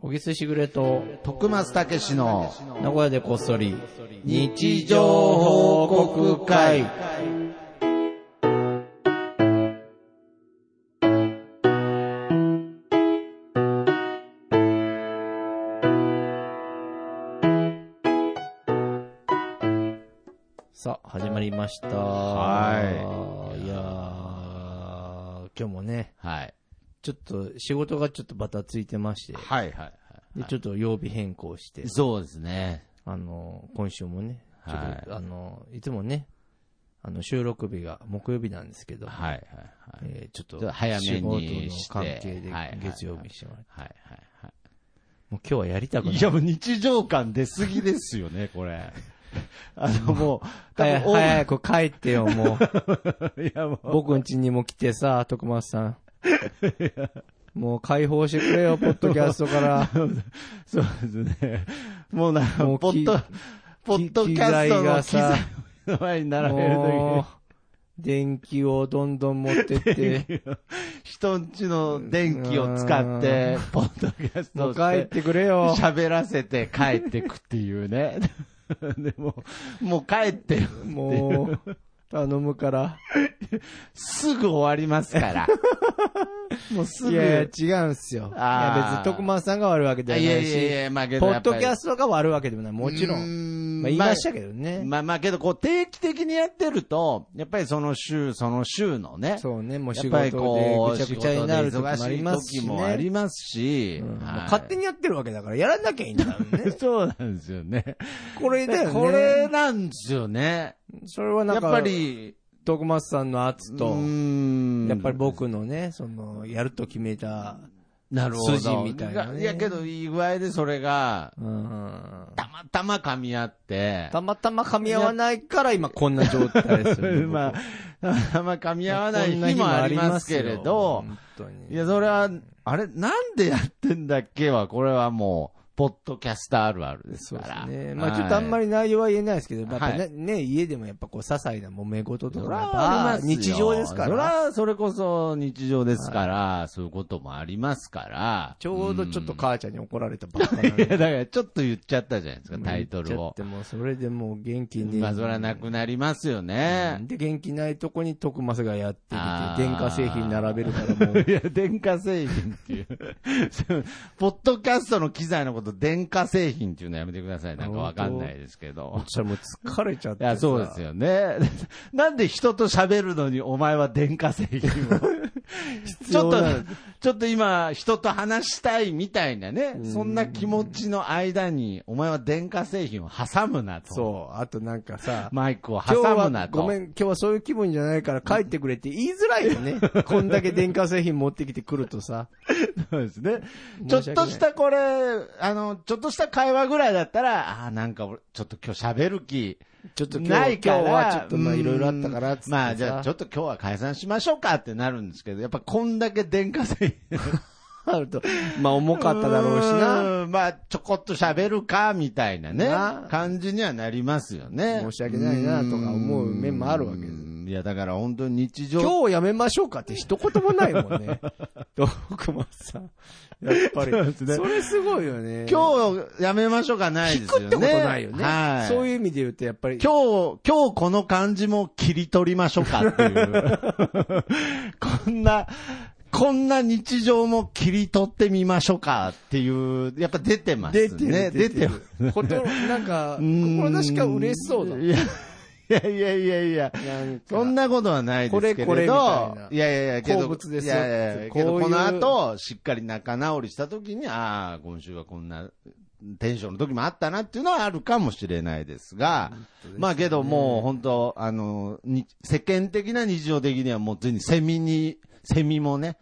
小木すしぐれと、徳松たけしの名古屋でこっそり、日常報告会。さあ、始まりました。。はいいやー、今日もね、はい。ちょっと仕事がちょっとバタついてまして、はいはいでちょっと曜日変更して、そうですね。あの、今週もね、ちょっと、はいあの、いつもね、あの、収録日が木曜日なんですけど、はいはいはい。えーちょっちょっとと早めに仕して事の関係ではいはい月曜日にしてもらって、はいはいは。もう今日はやりたくないい。いやもう日常感出すぎですよね、こ れ。あのもう、早い多分早く帰ってよ、もう。いやもう、 僕ん家にも来てさ、徳松さ ん。もう解放してくれよ、ポッドキャスト から。そうですね。もうなんか、もうポッドき、ポッドキャストの機機材が材さの前に並べるもとう、電気をどんどん持って って、き、人んちの電気を使って、ポッドキャスもトうを帰し、っててくれ よ。喋らせて帰ってくっていう ね。でも、もう帰ってよも う、頼むから。すぐ終わりますから。 もうすぐ。いやいや、違うんすよ。いあーや、別に徳松さんが悪いわけであはいやないいやいし、や、まあけどポやッっぱドりキャストが悪いわけでもない。もちろうーん。んまあ言いましたけどね。まあまあけど、こう定期的にやってると、やっぱりその週、その週のね。そうね、もうやっ仕ぱり事でこぐう、ちゃぐちゃになる仕事時もで忙しいありますし、時ね。もありますし、うんもうはい。勝手にやってるわけだから、やらなきゃいいんだからね そうなんですよね。これだよね。これなんですよね。それはなやんっか、ぱ、り、徳松さんの圧と、ややっぱり僕のね、その、やると決めた、なるほど。筋みたいなねいやけど、いい具合でそれが、うん、たまたま噛み合って、。たまたま噛み合わないから今こんな状態ですよね まあ、たま噛み合わない日もありますけれど、本当にいや、それは、あれ、なんでやってんだっけは、これはもう、ポッドキャスターあるあるですそうかでら。すね。まあちょっとあんまり、り内容は言えないですけど、やっぱはね、ね家でもやっぱこう、些細な揉め事とそかれやっはあぱりますよ日常ですかそれら。はそれこそ日常ですから、そういうこともありますから。ちょうどちょっとん母ちゃんに怒られたばっかなのいにや、だからちょっと言っちゃったじゃない ですか、タイトルを言っちゃ。ってもうそれでもう元気に。まあ、それはなくなりますよね。で、元気ないとこに徳マスがやってきてあ、ー電化製品並べるから もう、いや、電化製品っていう。そうポッドキャストの機材のこと、電化製品っていうのやめてください。なんかわかんないですけどそ。したらもう疲れちゃっいてさ。や、そうですよね。 なんで人と喋るのにお前は電化製 品を必要ちょっとな、ちょっと今、人と話したいみたいなね、そんな気持ちの間に、お前は電化製品を挟むなと。そう。あとなんかさ、マイクを今日挟むなは、と。ごめん、今日はそういう気分じゃないから帰ってくれって言いづらいよ ね。こんだけ電化製品持ってきてくるとさ。そうですね。ちょ申っし訳なといしたこれ、あの、ちょっとした会話ぐらいだったら、ああー、なんか俺、ちょっと今日喋る気、ちょっと今日ないから。今日はちょっとまあうんいろいろあったからっつってさまあじゃあちょっと今日は解散しましょうかってなるんですけど、やっぱこんだけ電化製品。あると、まあ重かっただろうしな。うん。まあちょこっと喋るか、みたいなねな、感じにはなりますよね。申し訳ないなとか思う面もあるわけですうんいや、だから本当に日常今日やめましょうかって一言もないもん ね。徳松さん。やっぱりそうです。ねそれすごいよね。今日やめましょうかない聞ですよくね。ってことないよね。はい。そういう意味で言うと、やっぱり。今日、今日この感じも切り取りましょうかっ ていう。こんな、こんな日常も切り取ってみましょうかっていう、やっぱ出てますね。出てる。出てる。る。こと、なんか、うーん心なしか嬉しそうだ。いやいやいやいやいや。なんかそんなことはないですけれど。これこれみたいないやいやいや、けど。好物ですいよやいや、けこどういうこの後、しっかり仲直りした時に、ああ、今週はこんなテンションの時もあったなっていうのはあるかもしれないですが、まあけどもう本当、あの、に世間的な日常的にはもうついにセミに、セミもね、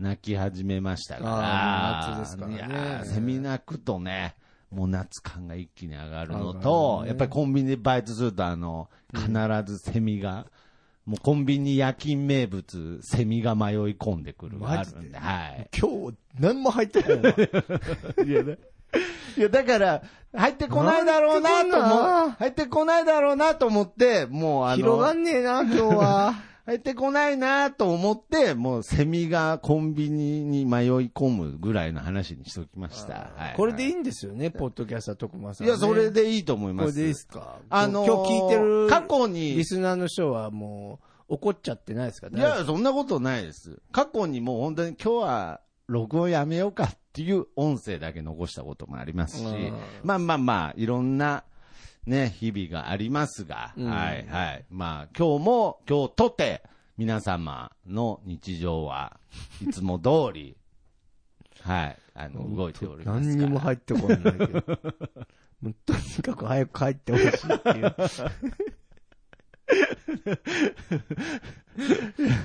泣き始めましたから。あー夏ですからねいやーセミ泣くとね、もう夏感が一気に上がるの上がと、やっぱりコンビニでバイトするとあの、必ずセミが、もうコンビニ夜勤名物、セミが迷い込んでくるのがあマるジでんで、はい。今日、何も入ってないわ。いや、だから、入ってこないだろうなとなんてこん思なう、入ってこないだろうなと思って、もうあの、広がんねえな、今日は。 入ってこないなと思って、もうセミがコンビニに迷い込むぐらいの話にしときました。はい、これでいいいんですよね、ポッドキャスター徳間さんいね、や、それでいいと思いこます。れでいいですかあのー今日聞いてる過去リに、スナーの人はもう怒っちゃってないですかいや、そんなことないです。過去にもう本当に今日は録音やめようかっていう音声だけ残したこともありますし、うんまあまあまあ、いろんなね、日々がありますが、うんはいはい。まあ今日も、今日とて、皆様の日常はいつも通 り、はい、あの、動いておりますか何にら。も入ってこないけど。 もうとにかく早く帰ってほしいって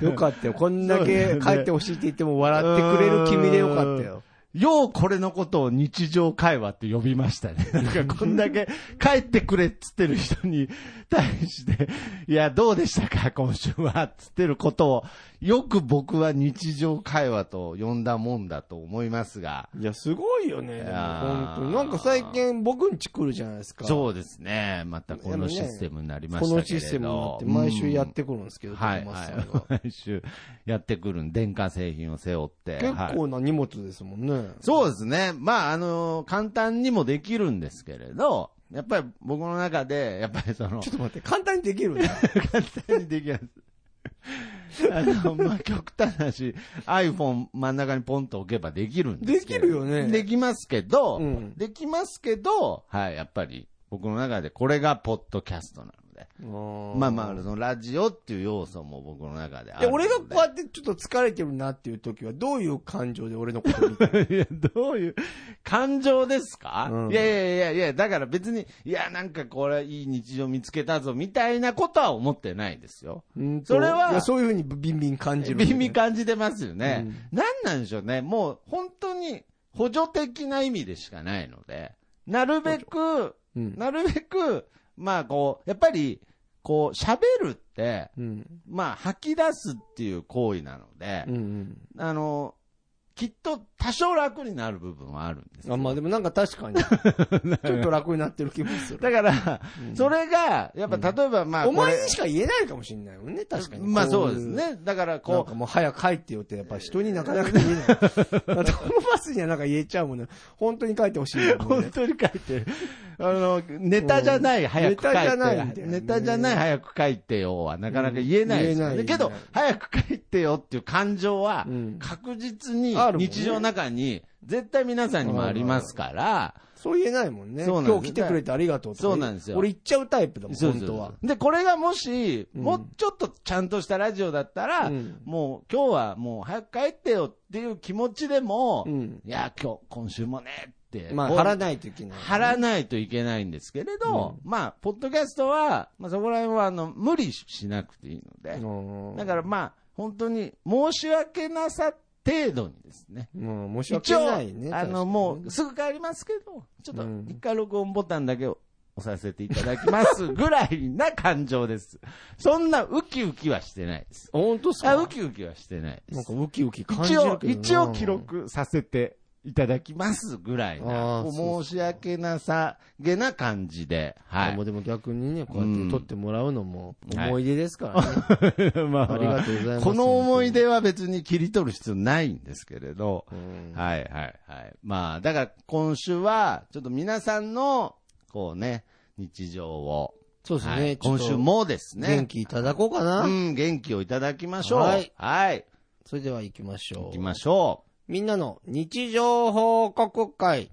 い う。よかったよ。こんだけ帰ってほしいって言っても笑ってくれる君でよかったよ。ようこれのことを日常会話って呼びました ね。なんかこんだけ帰ってくれっつってる人に対して、いや、どうでしたか今週はっつってることを、よく僕は日常会話と呼んだもんだと思いますが。いや、すごいよね。でもいやー本当になんか最近僕ん家来るじゃないですか。そうですね。またこのシステムになりまこしたけれのど。システムになって毎週やっうんてくるんですけど、はい、徳松さんがはい。毎週やってくるん電化製品を背負って。はい結構な荷物ですもんね。そうですね。まあ、あの簡単にもできるんですけれど、やっぱり僕の中で、やっぱりそのちょ、っと待って、簡単にできるん だ。簡単にできないです。あの、まあ、極端なし、iPhone 真ん中にポンと置けばできるんですけどできるよねできますけど、うんできますけど、はい、やっぱり僕の中でこれがポッドキャストなので。ままあまあ、そのラジオっていう要素も僕の中であでるので。俺がこうやってちょっと疲れてるなっていう時は、どういう感情で俺のこと見てる いや、どういう、感情ですか、うんいやいやいやいや、だから別に、いや、なんかこれいい日常見つけたぞ、みたいなことは思ってないですよ。うんとそれはいやそういうふうにビンビン感じる。微妙感じてますよね。なん、なんでしょうね。もう本当に補助的な意味でしかないので、なるべく、うん。なるべく、まあこう、やっぱり、こう、喋るって、うん。まあ吐き出すっていう行為なので、うんうん。あの、きっと多少楽になる部分はあるんですよあ、まあでも なんか確かに。ちょっと楽になってる気もする。だから、うんそれが、やっぱ例えばまあ、おこれ前にしか言えないかもしれないもんね、確かに。まあこそうです。ね。だからなんこかもう早く帰ってよって、やっぱ人になかなか言え ない。だってこのバスにはなんか言えちゃうもんね。本当に帰ってほしいもんう、ね本当に書いて、あの、ネタじゃない、早く書いて。ネタじゃないんだよねネタじゃない、早く書いてよは、なかなか言えないですようねん言えないけど言えない、早く書いてよっていう感情はうん、確実にあるもんね日常の中に、絶対皆さんにもありますから、そう言えないもんね。そうなんです今日来てくれてありがとうとかそうなんですよ俺行っちゃうタイプだもん、そうそう本当は。で、これがもし、うんもうちょっとちゃんとしたラジオだったら、うんもう今日はもう早く帰ってよっていう気持ちでも、うんいや、今日、今週もねって、まあ、こう貼らないといけない。貼らないといけないんですけれど、まあ、ポッドキャストは、まあそこら辺はあの無理しなくていいので、うんだからまあ、本当に申し訳なさ程度にですね、もう申し一訳応、ないね。あ確かの、にもう、すぐ帰りますけど、ちょっとうん、一回録音ボタンだけを押させていただきます ぐらいな感情です。そんな、ウキウキはしてないです。本当っすあ、かウキウキはしてないでなんすか。ウキウキ感じ一るけど応、な一応記。録させていただきますぐらいあな、ーこうそうそう申し訳なさげな感じで、ははいい。もう。でも逆にね、こうやって撮ってもらうのもうん思い出ですからね。 まありがとうございます。この思い出は別に切り取る必要ないんですけれど、うん。はいはいはい。まあ、だから今週は、ちょっと皆さんの、こうね、日常を、そうですはね。い今週もですね。元気いただこうかうな。ん、元気をいただきましょう。ははいい。はい。それでは行きましょう。行きましょみんなの日常報告会。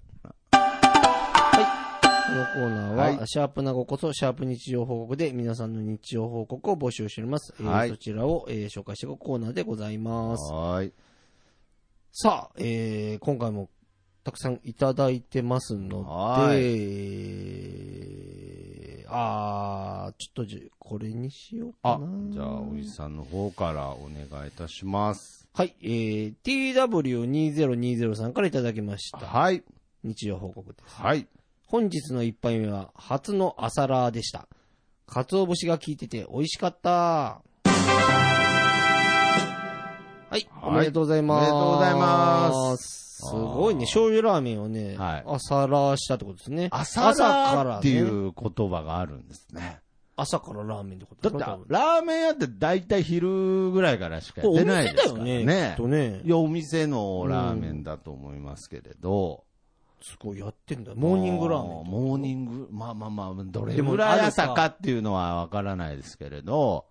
はい。このコーナーは、はシャープなごこそ、シャープ日常報告で皆さんの日常報告を募集しております。えーはいそちらを、えー紹介していくコーナーでございまう。す。はーい。さあ、えー今回もたくさんいただいてますのはでい、えーあー、ちょっとじ、これにしようかあな。、じゃあ、おじさんの方からお願いいたします。はい、えー、TW2020 さんからいただきました。はい。日常報告です。はい。本日の一杯目は初の朝ラーでした。鰹節が効いてて美味しかった。はい、はいおめでとうございます。おめでとうございますすごいね、醤油ラーメンをね、はい朝ラーしたってことですね。朝ラ朝かーらっていね。う言葉があるんですね。朝からラーメンってことだって、ラーメン屋って大体昼ぐらいからしかやってないですからきね。っとねい。や、お店のラーメンだと思いますけれど。すごいやってんだ。モーニングラーメンってこと。モーニング、まあまあまあ、どれでもぐらいあるか朝かっていうのはわからないですけれど、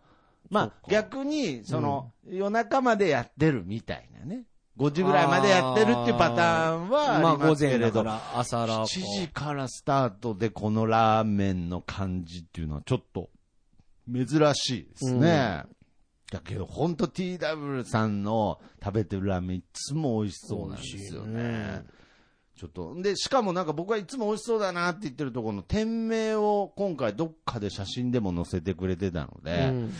まあ逆に、その、夜中までやってるみたいなね。5時ぐらいまでやってるっていうパターンはまあありま午すけ前れだかど、ら朝ラー7時からスタートでこのラーメンの感じっていうのはちょっと珍しいですね。だけど、ほんと TW さんの食べてるラーメンいつも美味しそうなんですよ美味しいよねね。ちょっと、で、しかもなんか僕はいつも美味しそうだなって言ってるところの店名を今回どっかで写真でも載せてくれてたので、うん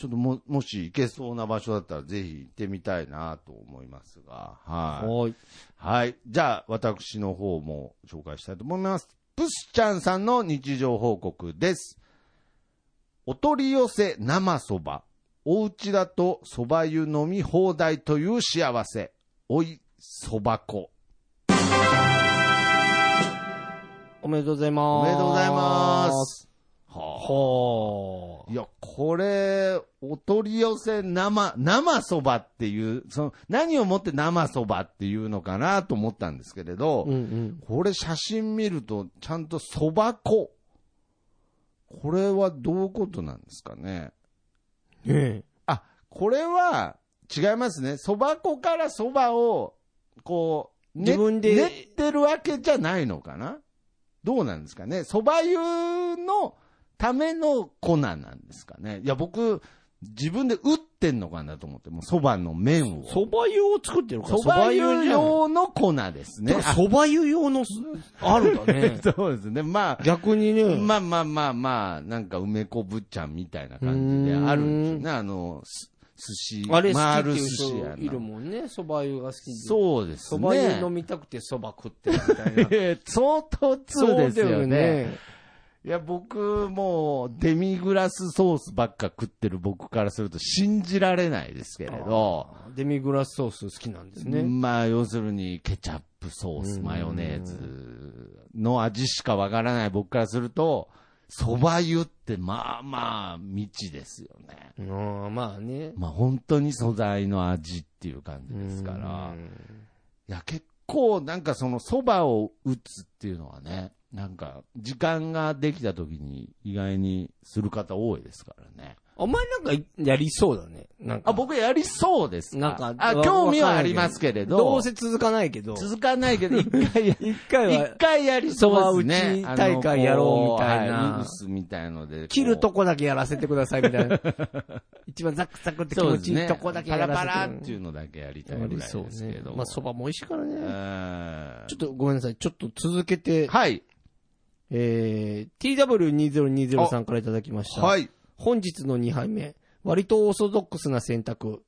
ちょっとも、もし行けそうな場所だったらぜひ行ってみたいなと思いますが、はい。はい。はい。じゃあ、私の方も紹介したいと思います。プスちゃんさんの日常報告です。お取り寄せ生そば。お家だとそば湯飲み放題という幸せ。おい、そば粉。おめでとうございます。おめでとうございま。す。ははあ、いや、これ、お取り寄せ生、生そばっていう、その、何をもって生そばっていうのかなと思ったんですけれど、あ。うんうん。これ写真見ると、ちゃんとそば粉。これはどういうことなんですかね。ねあ、これは違いますね。そば粉からそばを、こう、ね自分で練ってるわけじゃないのかなどうなんですかね。そば湯のための粉なんですかね。いや、僕、自分で打ってんのかなと思って、もうそばの麺を。そば湯を作ってるから。そば蕎麦湯じゃん用の粉ですね。て。かそば湯用の、あるんだね そうですね。まあ、 逆にね。まあまあまあまあ、なんか梅子ぶっちゃんみたいな感じであるんですようね。あの、す寿司、あれ好回きるって寿いう司人屋いるの。もんね。そば湯が好きで。う。そうです そば湯ね。飲。みたくてそば食ってるみたいなえー相当通ですよね。だよ。いや、僕、もう、デミグラスソースばっか食ってる僕からすると信じられないですけれど、デミグラスソース好きなんですね。まあ、要するに、ケチャップソース、マヨネーズの味しかわからない僕からすると、蕎麦湯って、まあまあ、未知ですよね。うん、まあね。まあ本当に素材の味っていう感じですから、いや結構なんかその蕎麦を打つっていうのはね、なんか時間ができた時に意外にする方多いですからね。お前なんかやりそうだね。なんか。あ、僕やりそうですかなんかあ、興味はありますけれど、どうせ続かないけど。続かないけど、一回や、 一回一は、回やりそうですね。蕎麦打ち大会やろうみたいなあのこはニュースみたいので。切るとこだけやらせてくださいみたいな。 一番ザクザクって気そう持でちすいねいとこだけやらせてパラパラっていうのだけやりたいぐらいですそうけねど。。まあ、そばも美味しいからうね。んちょっとごめんなさい。ちょっと続けて、はい。えー、TW2020 さんからいただきました。はい。本日の2杯目、割とオーソドックスな選択。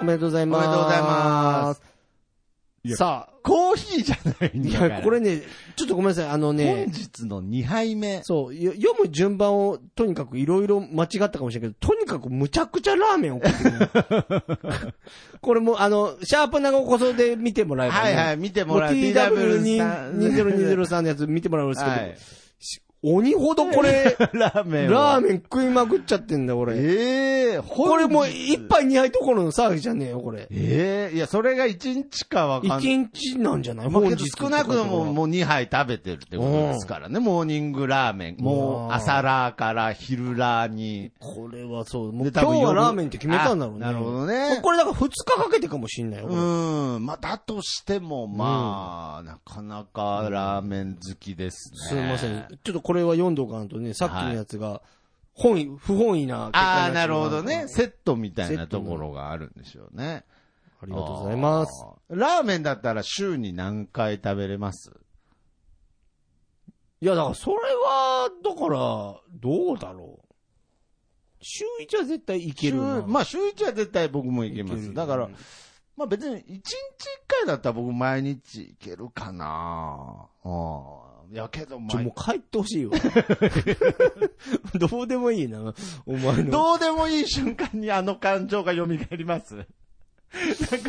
おめでとうございます。。おめでとうございますさあ、コーヒーじゃないんいだから。や、これね、ちょっとごめんなさい、あの本ね、日の2杯目。そう、よ読む順番をとにかくいろいろ間違ったかもしれないけど、とにかくむちゃくちゃラーメンを食ってる これも、あの、シャープなごこそで見てもらえば、ね。はいはい、見てももうらう。TW2020 TW2020 さんのやつ見てもらうんですけど、はい鬼ほどこ れ、ラーメンを。ラーン。メン食いまくっちゃってんだ、これ。ええー、これもう本日一杯二杯どころの騒ぎじゃねえよ、これ。ええいや、それが1日かわかんない。一日なんじゃないまあ本け日ど少なくとももう2杯食べてるってことですからね、モーニングラーメン。もう朝ラーから昼ラーに。これはそう。もうで今多分日は夜ラーメンって決めたんだろうね。あなるほどねこれだから二日かけてかもしんないよ、これうん。まあ、だとしても、まあ、なかなかラーメン好きですね。すいません。ちょっとこれは読んどかんとね、さっきのやつが、本意、不本意な結果にっちゃうああ、なるほどね。。セットみたいなところがあるんでしょうね。あありがとうございます。ー。ラーメンだったら週に何回食べれますいや、だからそれは、だから、どうだろう。週一は絶対いけ週、るな。まあ週1は絶対僕も行けまいけす。るだから、まあ別に1日1回だったら僕毎日行けるかなうん。いやけど、ちょ、毎もう帰ってほし いわ。どうでもいいな、お前の。どうでもいい瞬間にあの感情が蘇ります。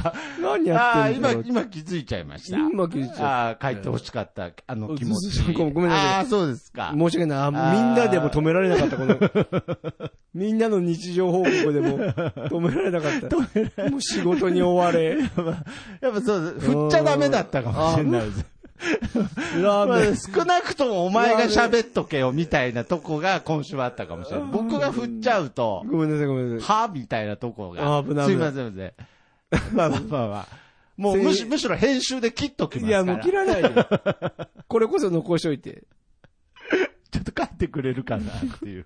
か、何あやあ、ってんの今、今気づいちゃいました。今気づいちゃああ、書いて欲しかった、あの気持うち。んごめんごめんなさいああ、そうですか申。し訳ない。あみんなでも止められなかった、この。 みんなの日常報告で も止められなかった。もう仕事に追われ。やっぱそうです。振っちゃダメだったかもしれないです。ラまあーメン。少なくともお前が喋っとけよみたいなとこが今週はあったかもしれない。僕が振っちゃうと、ごめんなさい、ごめんなさい。はみたいなとこが。あ危ないす危いなまいせん、すいません。まあまあまあまあ。もうむしむしろ編集で切っときまいすかや、ら。もう切らないで。これこそ残しといて。ちょっと帰ってくれるかなっていう。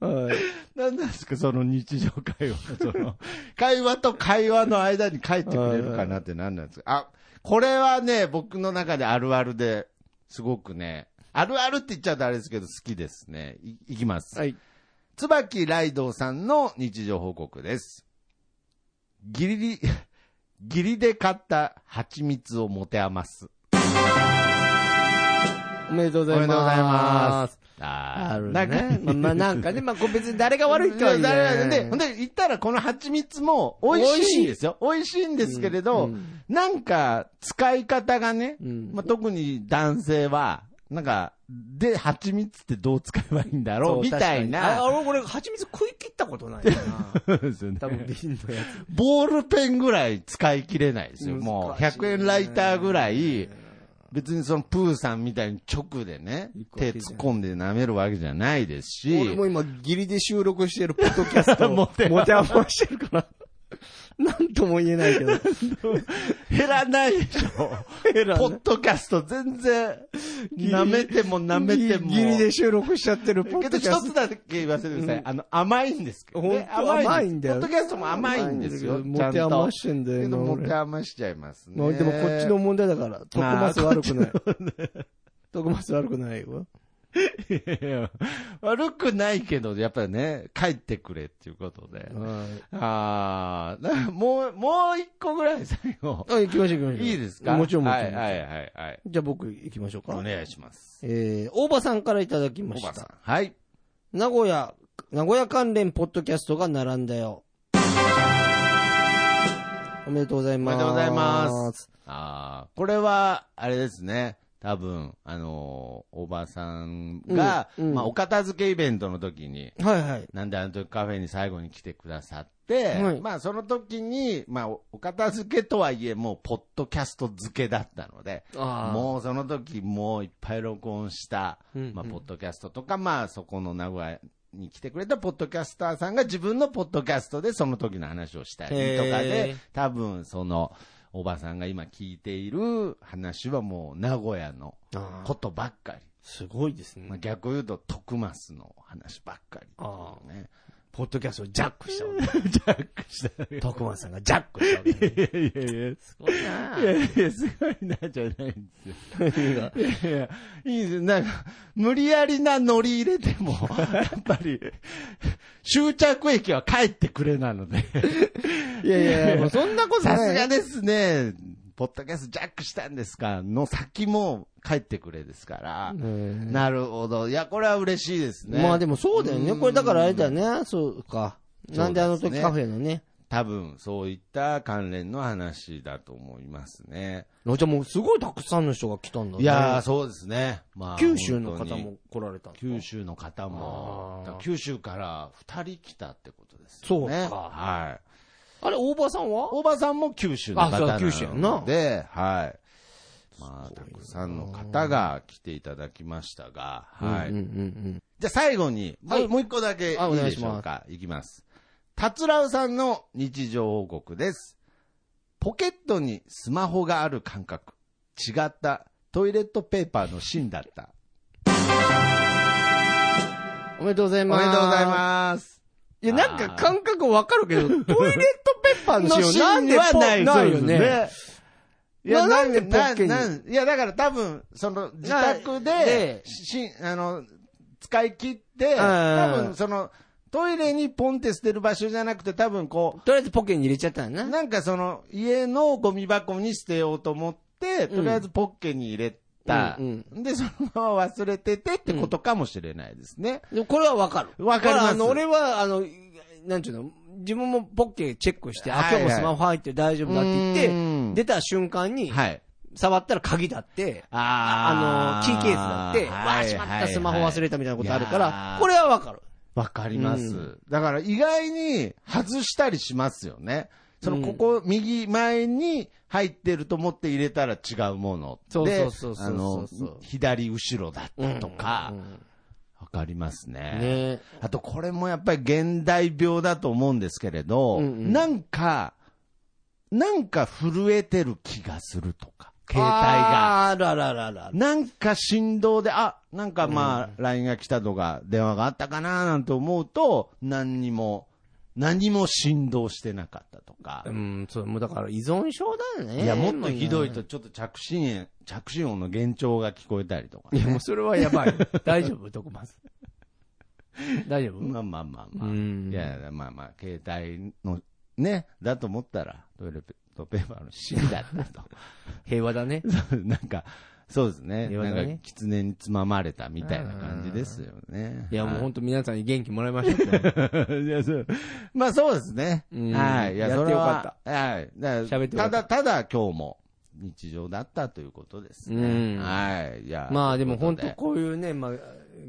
はい。なんなんですか、その日常会話。 その、会話と会話の間に帰ってくれるかなってなんなんですか。あ、これはね、僕の中であるあるで、すごくね、あるあるって言っちゃうとあれですけど、好きですね。いいきます。はい。椿ライドウさんの日常報告です。ギリ ギリ、ギリで買った蜂蜜を持て余す。おめでとうおございます。す。ああーるなんかね。まあまあなんかね、まあこう別に誰が悪いってわけじゃ誰な々い。で、ほんで、言ったらこの蜂蜜も美味しいんですよ。美味しいんですけれど、うんなんか、使い方がね、うんまあ、特に男性は、なんか、で、蜂蜜ってどう使えばいいんだろう、みたいあ、な。俺、これ、蜂蜜食い切ったことないな。 そうですよね 多分、瓶のやボールペンぐらい使い切れないですつ。よ。もう、難しいね100円ライターぐらい、別にそのプーさんみたいに直でね行、くわ手けじゃない突っ込んで舐めるわけじゃないです俺しも、今、ギリで収録してるポッドキャスト 持持てて余余してるから。 なんとも言えないけど。減らないでしょ。 ポッドキャスト全然、リ舐めても舐めても。ギリで収録しちゃってるポけッどドキャ一スト。つだけ言わせてください。うんあの、甘いんですけど、ほんね。と甘いんだよ。ポッドキャストも甘いんですよ。持ちゃんてと余してんだけよどな、持て俺。余しちゃいますね。まあでもこっち の問題だから、徳マス悪くない。徳マス悪くないわ。いやいや悪くないけど、やっぱりね、帰ってくれっていうことで。はい。ああ、なもう、もう一個ぐらい最後。あ、行きましょう行きましょう。いいですかもちろんもちはろいん。はいはいはい。じゃあ僕行きましょうかお。願いします。えー、大場さんからいただきまおしばさた。ん。はい。名古屋、名古屋関連ポッドキャストが並んだよ。おめでとうございおます。めでとうございます。。ああ、これは、あれですね。多分、あのーおばさんが、うんうんまあ、お片付けイベントの時に、はいはい。なんであの時カフェに最後に来てくださって、はいまあその時に、まあおお片付けとはいえもうポッドキャスト付けだったので、あーもうその時もういっぱい録音した、うんうんまあポッドキャストとか、まあそこの名古屋に来てくれたポッドキャスターさんが自分のポッドキャストでその時の話をしたりとかへでー、多分その、おばさんが今聞いている話はもう名古屋のあーことばっかり。すごいですね。まあ、逆を言うと、徳スの話ばっかり、ああね。ポッドキャストをジャックしたわけ。 ジャックした徳間さんがジャックしたわけね。いやいやいや。すごいないやいや、すごいな、じゃないんですよ。いやいや、いいですよ。なんか、無理やりなノリ入れて も、やっぱり、終着駅は帰ってくれなので、いやいやいや、もうそんなことさない。すがですね、ポッドキャストジャックしたんですかの先も帰ってくれですから。うんなるほど。いや、これは嬉しいですね。まあでもそうだよね。うんこれだからあれだよね。そうか。なんであのそう時ですねカフェのね。多分、そういった関連の話だと思いますね。じゃあもうすごいたくさんの人が来たんだね。いやー、そうですね。まあ、九州の方本当にも来られたんですか九州の方もあー、だから九州から二人来たってことですよそうね。かはい。あれ、大場さんは大場さんも九州の方なあそう九州やんなので、はい。まあ、すたごいなくさんの方が来ていただきましたが、はい。うんうんうんじゃあ最後に、もう,、はいもう一個だけいあおい願いでししますょうか。いきます。たつらうさんの日常報告です。ポケットにスマホがある感覚。違ったトイレットペーパーの芯だった。おめでとうございおまめす。でとうございます。いや、なんか感覚わかる けど、トイレットペッパーのの使用なん芯ではポないないよそうですね。いや、ななんんでで、ポッなケになんいや、だから多分、その、自宅なでで、し、あの、使い切って、ん多分、その、トイレにポンって捨てる場所じゃなくて、多分ことりあえずポケに入れちゃったんだう、な。なんかその、家のゴミ箱に捨てようと思って、とりあえずポッケに入れた。うんで、そのまま忘れててってことかもしれないですね。でもこれはわかる。わかりますあの、俺は、あの、なんちゅうの、自分もポッケチェックして、あ、は今いはい日もスマホ入って大丈夫だって言って、うん出た瞬間に、はい。触ったら鍵だって、ああの、キーケースだって、わあ、しまった、スマホ忘れた。たみたいなことあるかいやらー、これはわかる。わかります、うんだから意外に外したりしますよね。その、ここ、右前に入ってると思って入れたら違うもの。そうでそうそうそうそうそうあの左後ろだったとか、わ、うんうんかりますね。ねあと、これもやっぱり現代病だと思うんですけれど、うんうんなんか、なんか震えてる気がするとか、携帯が。。あーあらららら。なんか振動で、あ、なんかまあ、LINE が来たとか、電話があったかななんて思うと、何にも、何も振動してなかったとかう。ん、それもうだから依存症だよね。いや、もっとひどいもと、ちょっと着信音、着信音の幻聴が聞こえたりとかう。いや、もうそれはやばい。大丈夫、徳松。大丈夫まあまあまあまあ。うんいやいや、まあまあ、携帯の、ね、だと思ったら、トイレットペーパーの芯だったと。平和だね。 そうなんか、そうですね。平和なだんねか、狐につままれたみたいな感じですよね。いや、もうはい本当皆さんに元気もらいまし ょうって。いや、そう。 まあそうですね。うんはい。いや、やそってれよはかはい。だ喋ってよかっただ、ただ今日も日常だったということですね。うんはい。いや。まあでも本と当いうここういうね、まあ、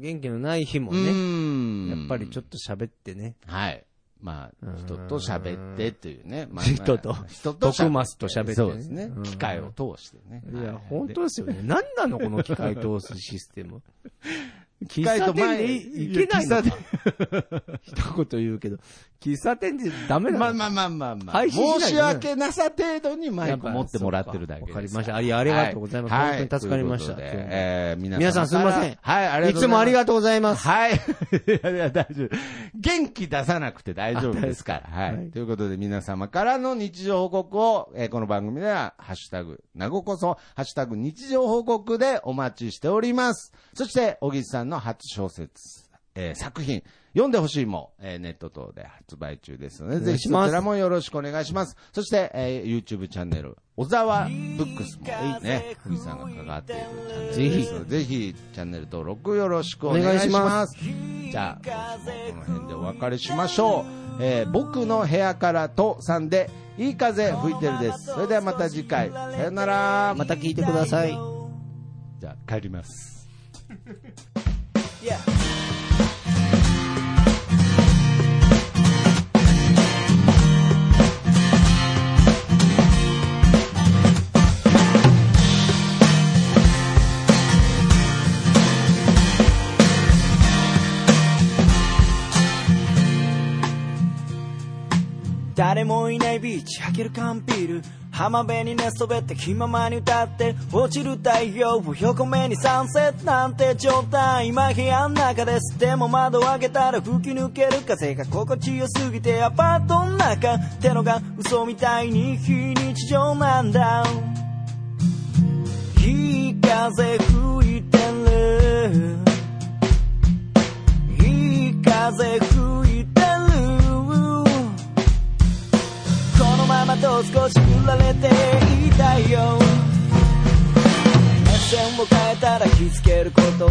元気のない日もとでうね、ん。やっぱりちょっとと。喋ってね。はい。まあ、人と喋ってというね。まあ、人とまあ人と徳マスと喋ってね。そうですねう。ん機械を。通してね。いやは、本当ですよね。何なのこの機械通すシステ ム。喫械茶と店前でいけないのか一言言うけど、喫茶店でダメなのまあまあまあまあまあ。配信しない申とねし訳なさ程度にマやイっクぱ持ってもらってるだけです。わかりました。あいやありがとうございます。は本当に助かりました。という今こと日でもえー皆皆さんすいませんからはい、ありがいとうございます。つもありがとうございます。はい。いやいや、大丈夫。元気出さなくて大丈夫ですから。はい、はいということで、皆様からの日常報告を、えーこの番組では、ハッシュタグ、なごこそ、ハッシュタグ日常報告でお待ちしております。そして、小木さんの初小説、えー作品、読んでほしいも、えーネット等で発売中ですので、お願ぜいひしそますちらもよろしくお願いします。そして、えー YouTube チャンネル、小沢ブックスも、ね、小木さんが関わっているチャンネルですのでぜひぜひチャンネル登録よろしくお願いします。じゃあ、今週もこの辺でお別れしましょう。えー僕の部屋からとさんで、いい風吹いてるです。それではまた次回、さよなら。また聞いてください。じゃあ、帰ります。誰もいないビーチ開ける缶ビール浜辺に寝そべって気ままに歌って落ちる太陽を横目にサンセットなんて状態今部屋の中ですでも窓を開けたら吹き抜ける風が心地よすぎてアパートの中ってのが嘘みたいに非日常なんだいい風吹いてるいい風吹いてるこのままと少し振られていたいよ目線を変えたら気づけること